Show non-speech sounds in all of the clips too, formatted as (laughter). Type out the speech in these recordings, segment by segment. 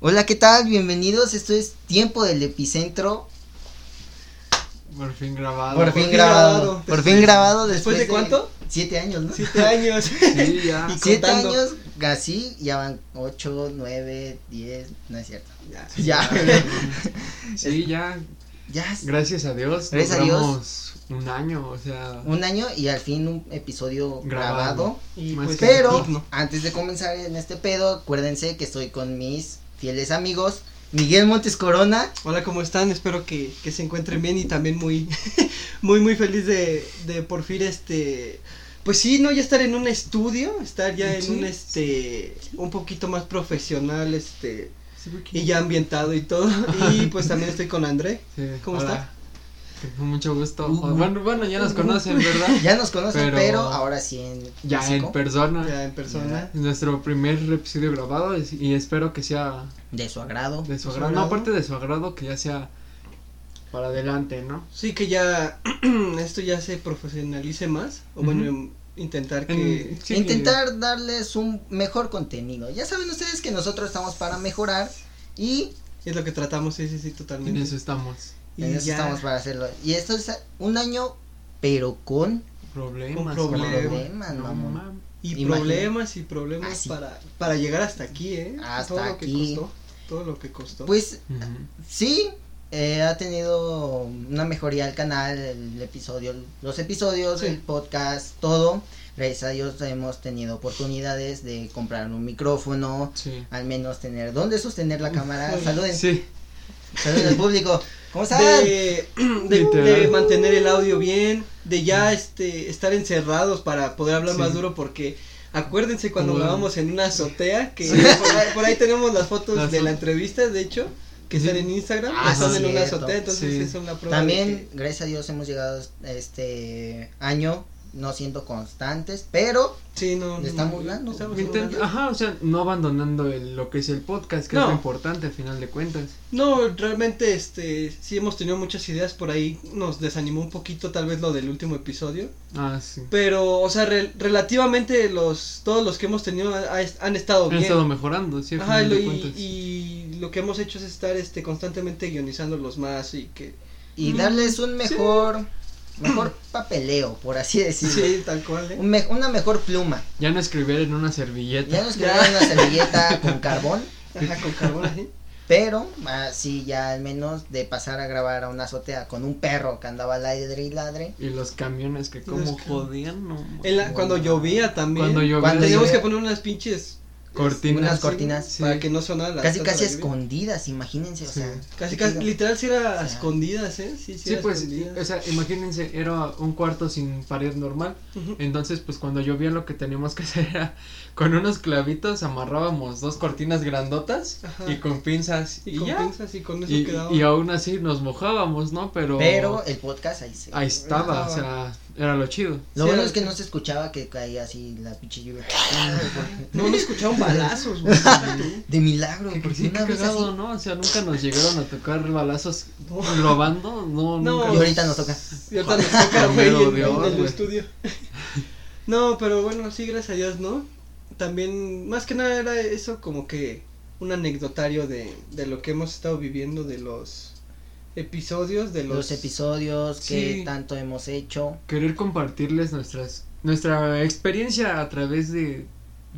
Hola, ¿qué tal? Bienvenidos. Esto es Tiempo del Epicentro. Ah, Por fin grabado. Por, fin, grabado. Por fin grabado. ¿Después de cuánto? Siete años, ¿no? Siete años. (laughs) Sí, ya. (laughs) Y Siete contando. años, así ya van ocho, nueve, diez, no es cierto. Ya. Ya, Sí, ya. ya. es Gracias a Dios. Gracias a Dios. logramos Un año, o sea. Un año y al fin un episodio grabado. Grabado. Y Más pues, que Pero digno. antes de comenzar en este pedo, acuérdense que estoy con mis fieles amigos Miguel Montes Corona Hola, ¿cómo están? Espero que, que se encuentren bien y también muy, (laughs) muy, muy feliz de, de por fin este. Pues sí, no, ya estar en un estudio, estar ya en Sí. un este. Un poquito más profesional, este. Sí, porque- Y ya ambientado (laughs) y todo. Y pues también estoy con André. Sí, ¿Cómo hola. Con mucho gusto. Uh. bueno, bueno, ya nos conocen, ¿verdad? Ya nos conocen, pero, Pero- ahora sí en Ya físico, en persona. Ya en persona. Nuestro primer episodio grabado y, y espero que sea de su agrado. de su ¿De su agrado. No, agrado? aparte de su agrado, que ya sea para adelante, ¿no? Sí, que ya. (clears throat) esto ya se profesionalice más. O bueno, intentar que. En- sí, Intentar darles un mejor contenido. Ya saben ustedes que nosotros estamos para mejorar y Es lo que tratamos, sí, sí, sí, que En totalmente. eso estamos. Y en eso ya. estamos para hacerlo. Y esto es un año, pero con Problemas. Con cabrón. problemas, No mamón. mames. Y Imagina. problemas y problemas Así. para, para llegar hasta aquí, ¿eh? Ah, Hasta todo aquí. Lo que costó, todo lo que costó. pues Ujú. sí eh, ha tenido una mejoría el canal, el episodio, los episodios, Sí. el podcast, todo. Gracias a Dios hemos tenido oportunidades de comprar un micrófono, Sí. al menos tener dónde sostener la cámara. Ujú. Saluden, Sí. saluden al público. ¿Cómo están? (clears throat) de, de, Literal. de mantener el audio bien, de Mm. ya este estar encerrados para poder hablar Sí. más duro porque acuérdense cuando Como- grabamos en una azotea que Sí. por, por ahí tenemos las fotos Las de la fo- entrevista, de hecho, que Sí. están en Instagram, Ah, están sí, en una cierto. azotea, entonces Sí. es una prueba. También, gracias a Dios, hemos llegado a este año no siendo constantes, pero si sí, no, Le estamos hablando. estamos Intent- hablando. Ajá, o sea, no abandonando el- lo que es el podcast, que No. es lo importante al final de cuentas. No, realmente, este, sí hemos tenido muchas ideas por ahí, nos desanimó un poquito tal vez lo del último episodio, Ah, sí. pero, o sea, rel- relativamente los, todos los que hemos tenido ha- ha- han estado Han bien. estado mejorando, sí, al Ajá, final lo- de y, cuentas. y lo que hemos hecho es estar, este, constantemente guionizándolos más y que, y Mm, darles un sí. mejor, mejor papeleo, por así (laughs) sí, decirlo. tal cual, ¿eh? Un me- una mejor pluma. Ya no escribir en una Ya servilleta. nos quedaron una servilleta con carbón, Ajá, con carbón así. pero así ya al menos de pasar a grabar a una azotea con un perro que andaba ladre y ladre. Y los camiones que Los como cam- jodían, no. mames. En la- cuando llovía también. Cuando llovía. Cuando Teníamos llovía. que poner unas pinches Cortinas. Unas cortinas. Sí. para que no sonara la Casi tanta casi la lluvia. escondidas, imagínense, o Sí. sea. Casi, casi, literal, sí era a escondidas, ¿eh? Sí, sí, Sí, era a pues, escondidas. o sea, imagínense, era un cuarto sin pared normal. Ujú. Entonces, pues cuando llovía, lo que teníamos que (laughs) hacer era con unos clavitos amarrábamos dos cortinas grandotas Ajá. y con pinzas. Y Y, con ya. pinzas y con eso y, quedaba. y aún así nos mojábamos, ¿no? Pero, Pero el podcast ahí se. ahí estaba, o sea, era lo chido. Lo Sí, bueno era- es que no se escuchaba que caía así la pinche lluvia. No, no escucharon (laughs) balazos, güey. De milagro, Porque porque sí, pues una qué vez cagado, así. ¿no? O sea, nunca nos llegaron a tocar balazos (laughs) robando, no, No. Y nunca. ahorita nos toca. (laughs) Y ahorita nos toca, güey, Primero en, de en oro, el güey. estudio. (laughs) No, pero bueno, sí, gracias a Dios, ¿no? También, más que nada era eso como que un anecdotario de, de lo que hemos estado viviendo, de los episodios, de los... Los, episodios que Sí. tanto hemos hecho. Querer compartirles nuestras, nuestra experiencia a través de,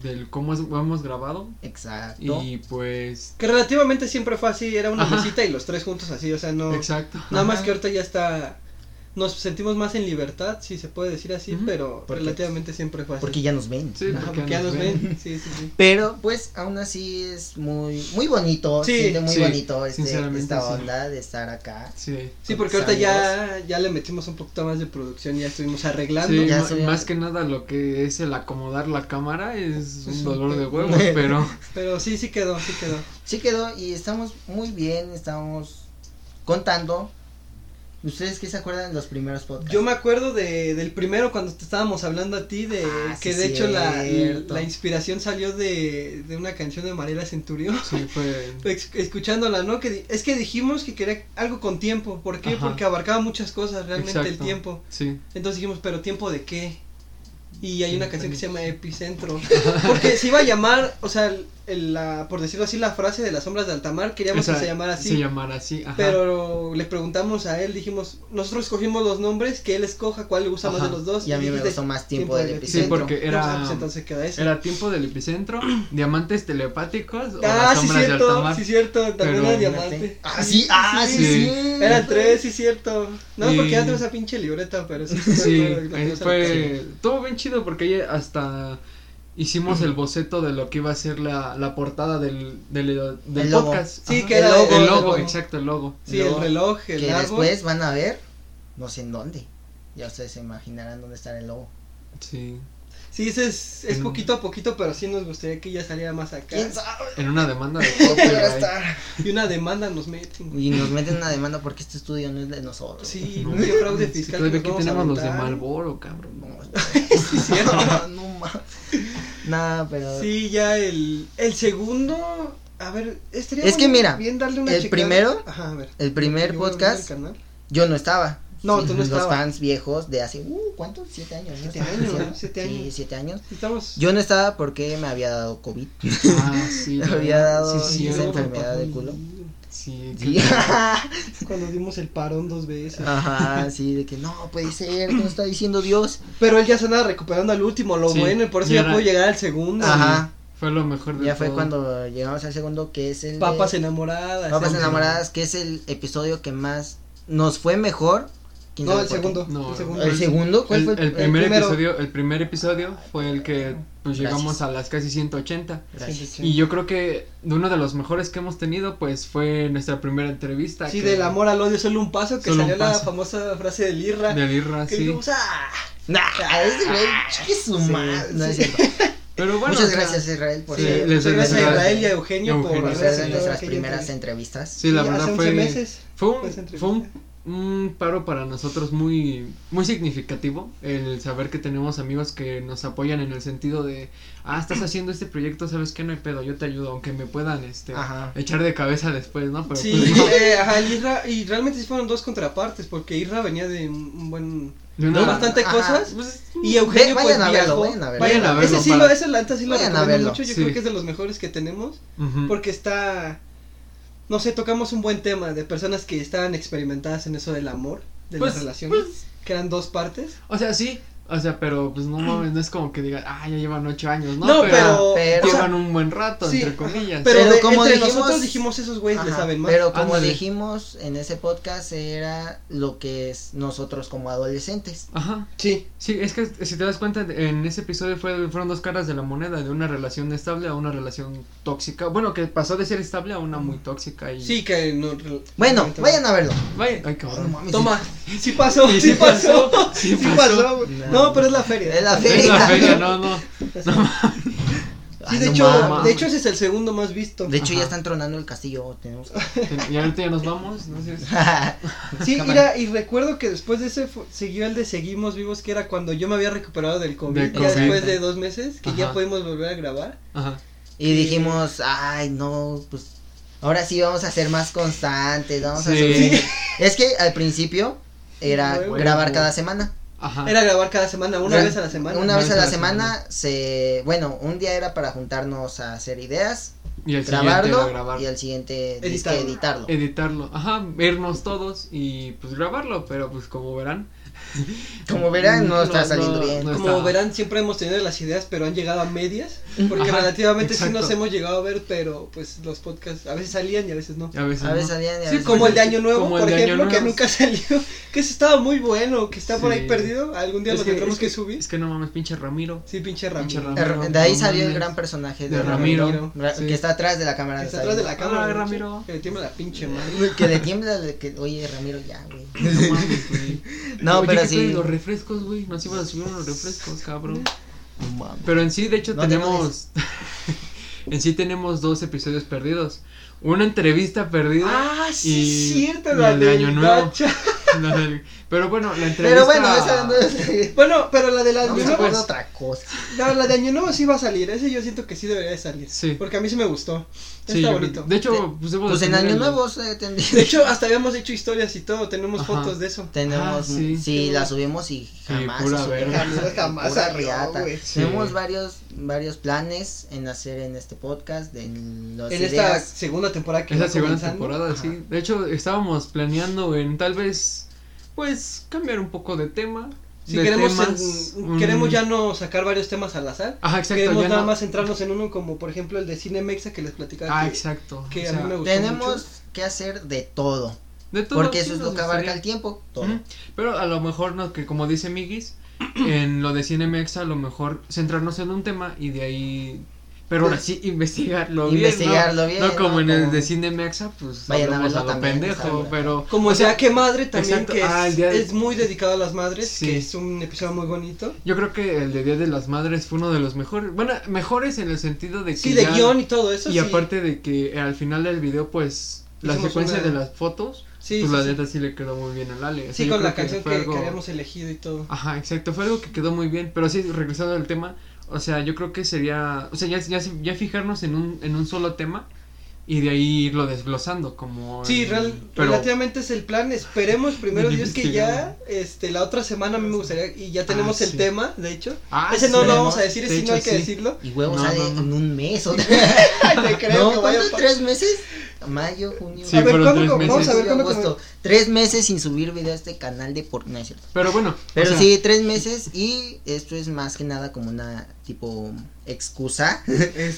del cómo es- hemos grabado. Exacto. Y pues, Que relativamente siempre fue así, era una Ajá. mesita y los tres juntos así, o sea, no... exacto. Nada más Ajá. que ahorita ya está... Nos sentimos más en libertad, si se puede decir así, Ujú. pero Porque- relativamente siempre fue así. Porque ya nos ven. Sí, Ajá. Ajá, porque porque ya nos nos ven. ven. Sí, sí, (laughs) sí. Pero pues aún así es muy muy bonito. Sí, siente muy sí, bonito este, sinceramente, esta sí. onda de estar acá. (laughs) Sí. Sí, con porque tus ahorita ya, ya le metimos un poquito más de producción, ya estuvimos arreglando. Sí, Ya ma- soy- más que nada lo que es el acomodar la cámara es Es un un dolor de pedo. (laughs) huevos, pero (laughs) Pero sí, sí quedó, sí quedó. Sí quedó y estamos muy bien, estamos contando. ¿Ustedes qué se acuerdan de los primeros podcasts? Yo me acuerdo de, del primero cuando te estábamos hablando a ti, de Ah, que sí, de hecho la, cierto. la inspiración salió de, de una canción de Mariela Centurión. sí fue. (laughs) Ex- Escuchándola, ¿no? Que di- es que dijimos que quería algo con tiempo. ¿Por qué? Ajá. Porque abarcaba muchas cosas realmente el exacto. tiempo. Sí. Entonces dijimos, ¿pero tiempo de qué? Y hay una Sí, canción que se también. llama Epicentro. Porque se iba a llamar, o sea, el- la, por decirlo así, la frase de las sombras de Altamar, queríamos Esa- que se llamara así. Se llamara así, ajá. Pero le preguntamos a él, dijimos, nosotros escogimos los nombres, que él escoja cuál le gusta más Ajá. de los dos. Y a mí me dijiste, gustó más tiempo del Tiempo del sí, epicentro. porque "Ah, era, pues entonces queda ese. era tiempo del (clears throat) epicentro, diamantes telepáticos o ah, las sí, sombras de cierto, Altamar. sí, cierto, también Pero era Imagínate. diamante. Ah, sí, ah, sí, Sí. sí. Era tres, sí, cierto. No, Y- porque ya tengo esa pinche libreta, pero sí. Sí, me acuerdo que la ahí tengo fue estuvo bien chido porque ahí hasta hicimos el boceto de lo que iba a ser la, la portada del, del, del El logo. podcast. Sí, Ajá. que era el logo, el el logo, logo. exacto, el logo. Sí, el Luego, reloj, el que árbol. después van a ver, no sé en dónde. Ya ustedes se imaginarán dónde está el lobo. Sí. Sí, ese es, es Mm. poquito a poquito, pero sí nos gustaría que ya saliera más acá. ¿Quién sabe? En una demanda (laughs) de Podrá copyright. estar. Y una demanda nos meten. Y nos meten una demanda porque este estudio no es de nosotros. Sí, No, pinche fraude sí, fiscal. todavía que nos aquí vamos a tenemos los de aventar. Malboro, cabrón. (laughs) No, Sí, (laughs) cierto. no, no mames. Nada, pero Sí, ya el, el segundo. A ver, estaría Es que bueno mira, bien darle una el checada. primero, Ajá, a ver. el primer Yo voy a abrir podcast el canal. yo no estaba. No, tú no Los estabas. fans viejos de hace, uh, ¿cuántos? ¿Siete años? ¿no? Siete años, Sí, siete Sí, años. siete años. Estamos. Yo no estaba porque me había dado COVID. Ah, sí. Me la había verdad, dado sí, sí, esa era- enfermedad de culo. Sí, (laughs) Sí. que- Cuando dimos el parón dos veces. (laughs) Ah. Ajá, sí, de que no puede ser, ¿qué nos está diciendo Dios? Pero él ya se andaba recuperando al último, lo Sí, bueno, y por eso ya ya era- pudo llegar al segundo. Ajá, fue lo mejor de ya fue todo. cuando llegamos al segundo, que es el. de- Papas enamoradas. Papas el- Enamoradas, que es el episodio que más nos fue mejor. ¿Quién No, sabe el por qué? segundo. No, el segundo. ¿El segundo? ¿Cuál el, fue el primer primero? episodio, el primer episodio fue el que Gracias. pues llegamos a las casi 180 Gracias. Sí. y yo creo que uno de los mejores que hemos tenido pues fue nuestra primera entrevista Sí, que- del amor al odio, solo un paso, que Solo un salió la paso. famosa frase del Irra. del Irra, que sí. dijimos, "Ah". este Nah, ese güey, chique su Sí, madre. No es sí. cierto. pero bueno o Muchas sea, gracias, Israel, por Sí, Sí, ser- les pues, muchas doy gracias a las gracias. Israel y a Eugenio, Eugenio, por por gracias ser haber de aceptado nuestras aquella primeras entrevista. entrevistas. sí la Sí, verdad hace fue 11 meses. fue un, Pues, entrevista. fue un, un paro para nosotros muy muy significativo el saber que tenemos amigos que nos apoyan en el sentido de ah estás haciendo este proyecto sabes que no hay pedo yo te ayudo aunque me puedan este Ajá. echar de cabeza después no pero Sí, (laughs) pues, no. eh, ajá, el Irra, y realmente sí fueron dos contrapartes, porque Irra venía de un un buen... De de una- bastante Ajá. cosas, Pues, y Eugenio Ve- pues vayan a verlo, viajó. vayan a verlo. Vayan a verlo Ese sí, para- lo, ese, la neta sí lo Vayan a recomiendo verlo. mucho, yo Sí. Mm. creo que es de los mejores que tenemos. ujú. porque está no sé tocamos un buen tema de personas que estaban experimentadas en eso del amor de Pues, las relaciones pues, que eran dos partes o sea, sí. O sea, pero pues no mames, no es como que digan, ah, ya llevan ocho años, ¿no? no, pero, pero, pero- o sea, llevan un buen rato, sí, entre ajá, comillas. pero, Pero de- como entre dijimos- nosotros dijimos esos güeyes Ajá, le Pues, saben más Pero como Ándale. dijimos en ese podcast, era lo que es nosotros como adolescentes. Ajá. sí Sí, es que si te das cuenta, en ese episodio fue, fueron dos caras de la moneda, de una relación estable a una relación tóxica. Bueno, que pasó de ser estable a una muy tóxica y... sí que no re- Bueno, realmente- vayan a verlo. Vaya, ay, No cabrón. mames, toma sí pasó sí, sí pasó sí sí pasó güey. No. no pero es la feria Es la feria. (laughs) Es (laughs) la feria, no, no. sí Ay, de Ah, no hecho mames. de hecho ese es el segundo más visto De hecho, Ajá. ya están tronando el castillo. Tenemos que- Y ahorita ya nos vamos, no sé. (laughs) Sí, Cámara. mira, y recuerdo que después de ese fu- siguió el de Seguimos Vivos, que era cuando yo me había recuperado del COVID, Del ya COVID. después de dos meses, que ya Ajá. pudimos volver a grabar. Ajá. Y dijimos, ay, no, pues ahora sí vamos a ser más constantes. Vamos a Sí. subir. Es que al principio era Huevo. grabar cada semana. Ajá. Era grabar cada semana, Ah. una Era- vez a la semana. Una vez a la semana se. Bueno, un día era para juntarnos a hacer ideas, Y el siguiente grabarlo era grabar. y al siguiente disque editarlo. Editarlo. editarlo, ajá, vernos todos y pues grabarlo, pero pues como verán. Como verán, no, está No, saliendo no, bien. no. Como estaba. verán, siempre hemos tenido las ideas, pero han llegado a medias, porque Ajá, relativamente sí exacto. nos hemos llegado a ver, pero pues los podcasts a veces salían y a veces no. A veces, A veces no. salían y a Sí, veces Como no. el de Año Nuevo, Como el por de Año ejemplo, que Nuevo. nunca (laughs) salió, que ese estaba muy bueno, que está por ahí Sí. perdido, algún día Es lo que- tendremos es que, subir. Es que no mames, pinche Ramiro. Sí, pinche Pinche Ramiro. Ramiro. De ahí no salió el mames. gran personaje De Ramiro. Ra- Sí. Que está atrás de la cámara. Que Está de atrás de Salinas. la cámara. Ah, güey, Ramiro. Que le tiembla la pinche madre. Que le tiembla, de que, oye, Ramiro, ya, güey. No mames, güey. (laughs) No, Oye, pero ¿qué pedo sí. de Los refrescos, güey. Nos iban a subir unos refrescos, cabrón. No mames. Pero en sí, de hecho, No te tenemos. (laughs) en sí, tenemos dos episodios perdidos. Una entrevista perdida. (laughs) Ah, sí, y- cierto, y la el del Año Nuevo. Dacha. la del- Pero bueno, la entrevista. Pero bueno, esa no es. (laughs) Bueno, pero la de la Vamos Año a Nuevo, hablar pues. de otra cosa. no, la de Año Nuevo sí va a salir, ese yo siento que sí debería de salir. Sí. Porque a mí sí me gustó. Sí, Está yo creo- bonito. De hecho, Te- pues debo Pues en tener Año el- Nuevo se tendría- De hecho, hasta habíamos hecho historias y todo, tenemos Ajá. fotos de eso. (laughs) Tenemos, Ah, sí. sí, la subimos y jamás. pura se subió. verga. (laughs) Pura Jamás salió, riata. güey. Tenemos Sí. varios, varios planes en hacer en este podcast, de las en esta ideas. segunda temporada que Es la va segunda comenzando. temporada, Ajá. sí. De hecho, estábamos planeando en tal vez, pues, cambiar un poco de tema. Si de queremos, temas, en- un- queremos ya no sacar varios temas al azar. Ajá, exacto. queremos ya nada no- más centrarnos en uno como por ejemplo el de Cine Mexa que les platicaba. Ah, que- exacto. que o a mí sea, me gustó Tenemos mucho. que hacer de todo, de todo porque sí eso es nos lo que abarca gustaría. el tiempo, todo. Ujú, Pero a lo mejor, no, que como dice Migis, (clears throat) en lo de Cinemex, a lo mejor centrarnos en un tema y de ahí. Pero ahora sí, (laughs) investigarlo bien. ¿no? Investigarlo bien, No, ¿no? como en el Como- de Cinemexa, pues Vayan a hablamos a, verlo lo también, pendejo, exacto. pero. Como o sea, sea que madre también exacto, que es, ah, el día de- es muy dedicado a las madres, Sí. que es un episodio muy bonito. Yo creo que el de Día de las Madres fue uno de los mejores. Bueno, mejores en el sentido de que. Sí, de ya- guión y todo eso. Y sí. aparte de que al final del video, pues. La Hicimos secuencia una- de las fotos, sí, pues sí, la sí. neta sí le quedó muy bien al Ale. O sea, Sí, yo con creo la canción fue que, algo- Ah, que habíamos elegido y todo. Ajá, exacto, fue algo que quedó muy bien, pero sí, regresando al tema, o sea, yo creo que sería, o sea, ya, ya, ya fijarnos en un, en un solo tema y de ahí irlo desglosando como... Sí, el- real- pero, relativamente es el plan. (laughs) Esperemos primero Bien Dios que ya investigado. este la otra semana a mí me gustaría y ya tenemos Ah, el sí. tema, de hecho. Ah, Ese no lo esperemos. vamos a decir, De ese no hay hecho, que sí. decirlo. Y huevo No, sale no, no. en un mes. O Te creo que no, vaya a ¿cuánto? pa- ¿Tres meses? Mayo, junio. Sí, a ver, fueron ¿cuándo tres com- vamos meses. a ver cuándo com- agosto. Tres meses sin subir video a este canal de por no es cierto. pero bueno, o Pero sea, sí, tres meses y esto es más que nada como una tipo excusa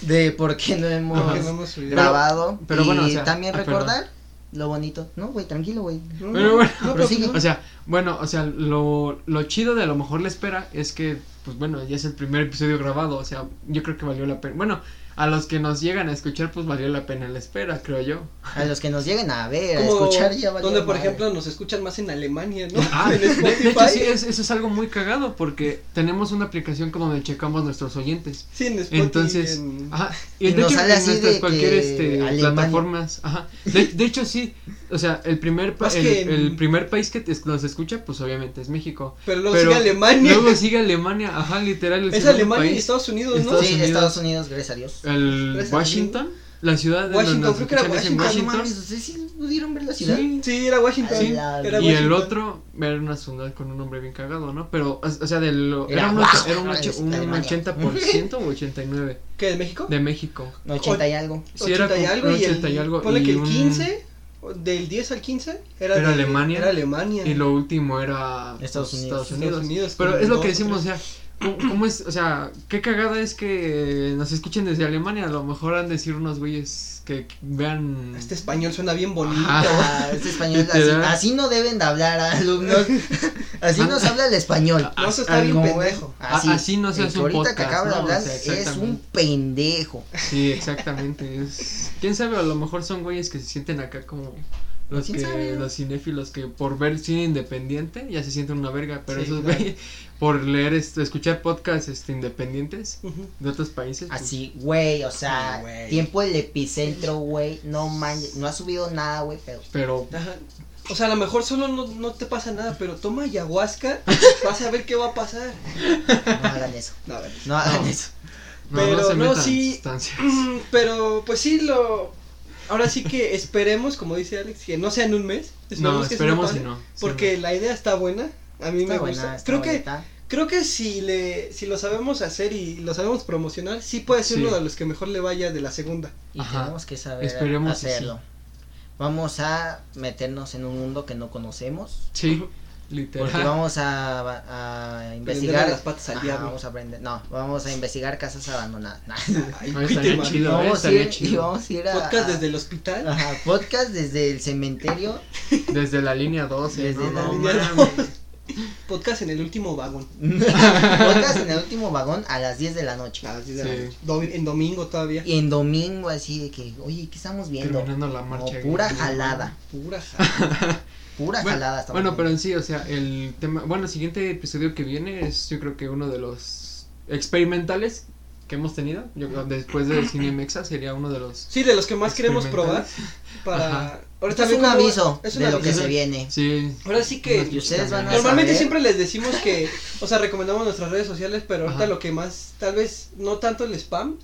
de por qué no hemos Ajá. que no hemos subido. grabado. pero bueno, y o sea, también ah, recordar lo bonito. No, güey, tranquilo, güey. No, Pero bueno, no, prosigue. o sea, bueno, o sea, lo, lo chido de a lo mejor la espera es que, pues bueno, ya es el primer episodio grabado, o sea, yo creo que valió la pena, bueno, a los que nos llegan a escuchar, pues valió la pena la espera, creo yo. A los que nos lleguen a ver, a Como escuchar ya valió donde por madre. ejemplo nos escuchan más en Alemania, ¿no? Ah, en de, de Spotify. hecho, sí, es- eso es algo muy cagado porque tenemos una aplicación como donde checamos nuestros oyentes. Sí, en Spotify. Entonces, en- ajá, Y y de nos hecho, sale en así de nuestras que cualquier este, Alemania. plataformas, ajá. De, de hecho, sí, o sea, el primer, pa- Más el, que- el primer país que te- nos escucha, pues obviamente es México. pero luego pero sigue Alemania. Luego sigue Alemania, ajá, literal. El es segundo Alemania y país. Estados Unidos, ¿no? Estados sí, Unidos. Estados Unidos, gracias a Dios. El Estados Washington, la ciudad de Washington, creo que era Ah, no mames, Washington. ¿ustedes sí pudieron ver la ciudad? Sí, Sí, era Washington. Sí. Era Y Y el Washington. otro era una ciudad con un nombre bien cagado, ¿no? Pero, o o sea, de lo- Era era, un, abajo, era un, ocho- es un Alemania. 80% o 89% ¿Qué, de México? de México. 80 y (laughs) algo. Sí, era 80 y como- algo y el, 80 y algo ponle que y el un- 15, o del 10 al 15 era, Era de- Alemania. Era Alemania. Y lo último era Estados pues, Unidos. Estados Unidos. Estados Unidos, Pero como es lo dos que o decimos, o sea, ¿cómo, cómo es? O sea, qué cagada es que nos escuchen desde Alemania. A lo mejor han de decir unos güeyes que vean. Este español suena bien bonito. Ajá. Ah, es español. Así, Literal. así no deben de hablar, (laughs) alumnos. Así nos habla el español. No, eso está Ah, bien Como pendejo. es, Así, Ah, así no se El hace que un ahorita que podcast, acaba de ¿no? O hablar sea, es un exactamente. pendejo. Sí, exactamente. es- Quién sabe, a lo mejor son güeyes que se sienten acá como los ¿Quién que sabe? los cinéfilos que por ver cine independiente ya se sienten una verga, pero Sí, esos claro. güeyes por leer este, escuchar podcasts este independientes Ujú. de otros países. pues, Así, güey, o sea, Ah, güey. tiempo el epicentro, güey. No manches, no ha subido nada, güey, pero. pero Ajá. O sea, a lo mejor solo no, no te pasa nada, pero toma ayahuasca, vas a ver qué va a pasar. No hagan eso. No, a ver. No hagan eso. no, no Pero se no, metan sí. (clears throat) sustancias. Mm, Pero pues sí, lo. Ahora sí que esperemos, como dice Alex, que no sea en un mes. No, que sí esperemos pase, y no. Porque la idea está buena. A mí me Está gusta. buena, está Creo que bonita. Creo que si le si lo sabemos hacer y lo sabemos promocionar, sí puede ser Sí. uno de los que mejor le vaya de la segunda. Y Ajá. tenemos que saber Esperemos que sí. hacerlo. Vamos a meternos en un mundo que no conocemos. (laughs) Sí, literal. Porque vamos a, a investigar. Investigar las patas al Ajá, diablo. vamos a aprender. No, vamos a investigar casas abandonadas. Ay, Ah, cuite, estaría man. chido. eh, vamos, a estaría ir, (laughs) chido. y vamos a ir a. Podcast a- desde el hospital. Ajá, podcast desde el cementerio. (laughs) Desde la línea 12. Desde no, la no línea mames. Podcast en el último vagón. podcast en el último vagón a las 10 de la noche. A las 10 de la Sí. noche. Domi- en domingo todavía. Y en domingo, así de que, oye, ¿qué estamos viendo? Terminando la No, marcha. güey. pura jalada. Pura jala. Pura Bueno, jalada estamos Bueno, pero viendo. en sí, o sea, el tema, bueno, el siguiente episodio que viene es yo creo que uno de los experimentales que hemos tenido. Yo creo (laughs) después de Cine Mexa sería uno de los Sí, de los que más queremos probar para Ajá. Ahorita es ven un cómo- aviso es un de lo aviso. que se viene. Sí. Ahora sí Y que ustedes van a Normalmente saber- siempre les decimos que, o sea, recomendamos nuestras redes sociales, pero ahorita Ajá. lo que más, tal vez no tanto el spam,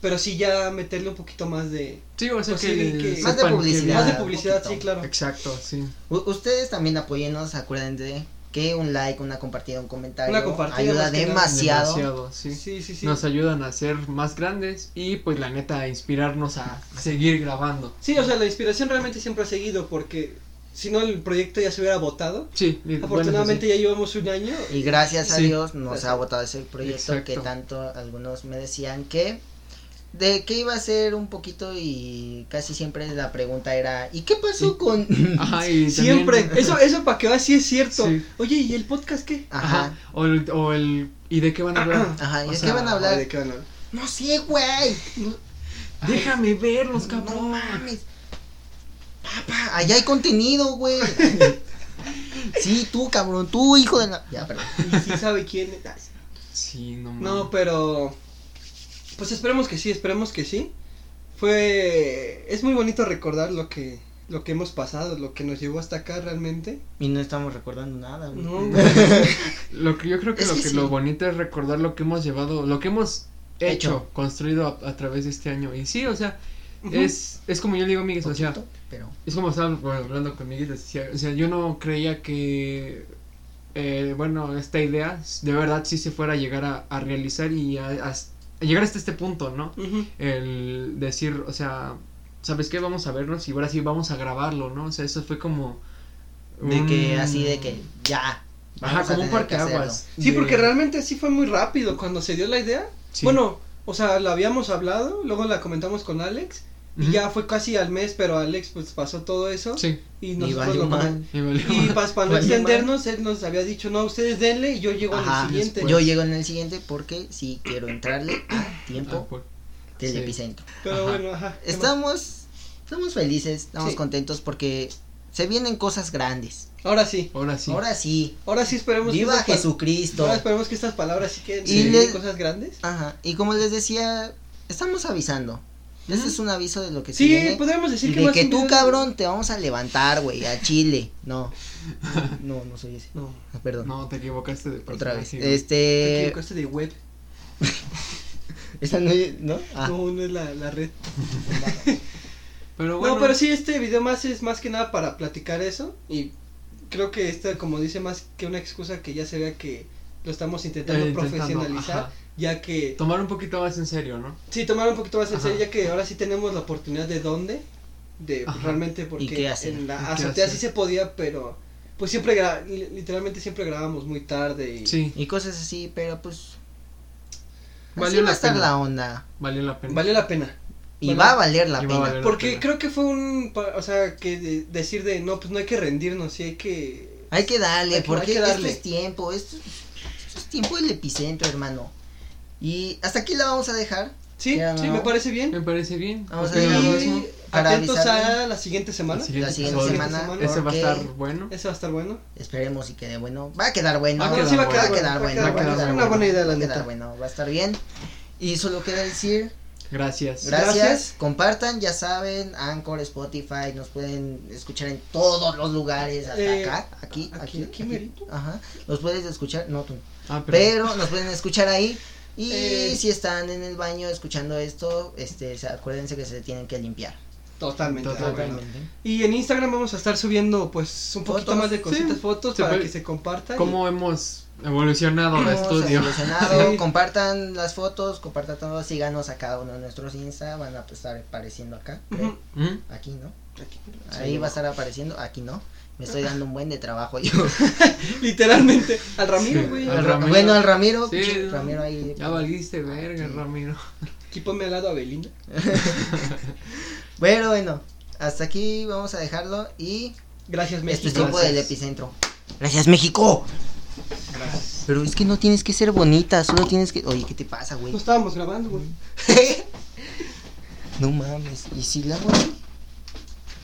pero sí ya meterle un poquito más de, Sí, o sea Pues que, sí, que- sepan Más de que- publicidad. más de un publicidad, poquito. sí, claro. Exacto, sí. U- ustedes también apóyennos, acuérdense que un like, una compartida, un comentario Una compartida ayuda más que nada. demasiado. Demasiado, sí. Sí, sí, sí. Nos ayudan a ser más grandes y pues la neta a inspirarnos a seguir grabando. Sí, o sea, la inspiración realmente siempre ha seguido porque si no el proyecto ya se hubiera votado. Sí, li- bueno, pues, Afortunadamente eso ya llevamos un año. Y gracias a Sí. Dios nos ha votado ese proyecto que Exacto. tanto algunos me decían que de que iba a ser un poquito y casi siempre la pregunta era ¿y qué pasó Y- con sí. Ajá, y Siempre. también- Eso, eso para que va, sí es cierto. Sí. Oye, ¿y el podcast qué? Ajá. Ajá. O el, o el- ¿Y de qué van a hablar? Ajá, ¿y O de sea, qué van a Ay, hablar? ¿de qué van a hablar? No sé, güey. Déjame verlos, No Pues, cabrón. mames. Papá, allá hay contenido, (laughs) güey. Sí, tú, cabrón, tú, hijo de la... Ya, perdón. Y sí sabe quién. es. Ay, Sí, no mames. No, pero. Pues esperemos que sí, esperemos que sí. Fue. Es muy bonito recordar lo que. Lo que hemos pasado, lo que nos llevó hasta acá realmente. Y no estamos recordando nada, güey. No, (laughs) Lo que yo creo que, Es lo, que que sí. lo bonito es recordar lo que hemos llevado, lo que hemos hecho, Hecho. construido a, a través de este año. Y sí, o sea, Ujú. es, es como yo le digo a Miguel, o sea, Poquito, pero... es como estaba bueno, hablando con Miguel, decía, o sea, yo no creía que, eh, bueno, esta idea s- de verdad sí se fuera a llegar a, a realizar y a, a- a llegar hasta este punto, ¿no? Ujú. El decir, o sea, ¿sabes qué? Vamos a vernos y ahora sí vamos a grabarlo, ¿no? O sea, eso fue como... Mm. De que un- así de que ya. Ajá, vamos a como un tener que parqueaguas. Sí, de- porque realmente sí fue muy rápido cuando se dio la idea. sí. Bueno, o sea, la habíamos hablado, luego la comentamos con Alex. Y Ujú. ya fue casi al mes, pero Alex pues pasó todo eso. Sí. Y Y nosotros valió lo mal. comen- me valió Y (laughs) madre. para, no Valió mal. extendernos, él nos había dicho, no, ustedes denle y yo llego Ajá, al siguiente. después. yo llego en el siguiente porque sí quiero entrarle a Ah, tiempo por- del sí. epicentro. Pero Ajá. bueno, ajá. ¿qué más? Estamos, estamos felices, estamos Sí. contentos porque se vienen cosas grandes. Ahora sí, Ahora sí. Ahora sí, ahora sí esperemos viva que estas pa- Jesucristo. Ahora esperemos que estas palabras sí queden Y sí, le- cosas grandes. Ajá, y como les decía, estamos avisando. Este Ujú. pues, es un aviso de lo que se Sí, viene. podríamos decir Y que de más que un tú, video- cabrón, te vamos a levantar, güey, a Chile. (laughs) No, no, no soy ese. No, Ah, Perdón, No, ah, te equivocaste de otra personaje, vez. güey. te Este, equivocaste de web. esta no, es- ¿no? Ah. No, no es la, la red. Pero bueno. No, pero sí, este video más es más que nada para platicar eso. Y creo que esta, como dice, más que una excusa que ya se vea que lo estamos intentando eh, intentando, profesionalizar. ajá. Ya que. Tomar un poquito más en serio, ¿no? Sí, tomar un poquito más en Ajá. serio, ya que ahora sí tenemos la oportunidad de dónde. De Ajá. realmente, porque qué hacer? en ¿Y la qué azotea sí hacer? se podía, pero. Pues siempre, gra- li- literalmente siempre grabamos muy tarde. Y, Sí, y cosas así, pero pues así Valió va a la estar pena. la onda valió la pena. Valió la pena. y Bueno, va a valer la y va a pena. valer. Porque pena. creo que fue un. pa- O sea, que de- decir de no, pues no hay que rendirnos, sí hay que. Hay que darle, Hay que- porque hay que darle. esto es tiempo, esto, esto es tiempo del epicentro, hermano. Y hasta aquí la vamos a dejar. Sí, Ya, sí, ¿no? me parece bien. Me parece bien. Vamos a opino lo dejar- mismo. Y para atentos avisarle. a la siguiente semana. La siguiente, La siguiente episodio. semana, semana. Ese va a porque estar bueno. Ese va a estar bueno. Esperemos y quede bueno. Va a quedar bueno. Va a ¿no? quedar va a bueno, quedar bueno. va a quedar bueno, bueno. Una buena idea, va la a quedar neta. bueno, va a estar bien. Y solo queda decir Gracias. gracias, Gracias. compartan, ya saben, Anchor, Spotify, nos pueden escuchar en todos los lugares, hasta Eh, acá, aquí, aquí, aquí, aquí merito. Ajá, nos puedes escuchar, no tú, Ah, pero, pero nos pueden escuchar ahí. Y Eh. si están en el baño escuchando esto, este, se- acuérdense que se tienen que limpiar. Totalmente. Ah, Totalmente. bueno. Y en Instagram vamos a estar subiendo pues un poquito Fotos. más de cositas, Sí. fotos Se para puede- que se compartan. ¿cómo hemos evolucionado el Hemos estudio? evolucionado, Sí. compartan las fotos, compartan todo, síganos a cada uno de nuestros Insta, van a pues, estar apareciendo acá, Y- creo. Ujú. ¿Mm? aquí, ¿no? Aquí. Ahí va a estar apareciendo, aquí no. Me estoy dando un buen de trabajo yo. Literalmente. Al Ramiro, Sí, güey. al Al Al Ra- (laughs) Ramiro. Bueno, al Ramiro, Sí, pinche no. Ramiro ahí. Ya valiste, verga, Sí. Ramiro. Aquí ponme al lado a Belinda. Bueno, bueno, hasta aquí vamos a dejarlo y Gracias, esto México. Este es tiempo Gracias. del epicentro. Gracias México. Pero es que no tienes que ser bonita, solo tienes que... Oye, ¿qué te pasa, güey? (laughs) No estábamos grabando, güey. no mames, ¿y si la hago así?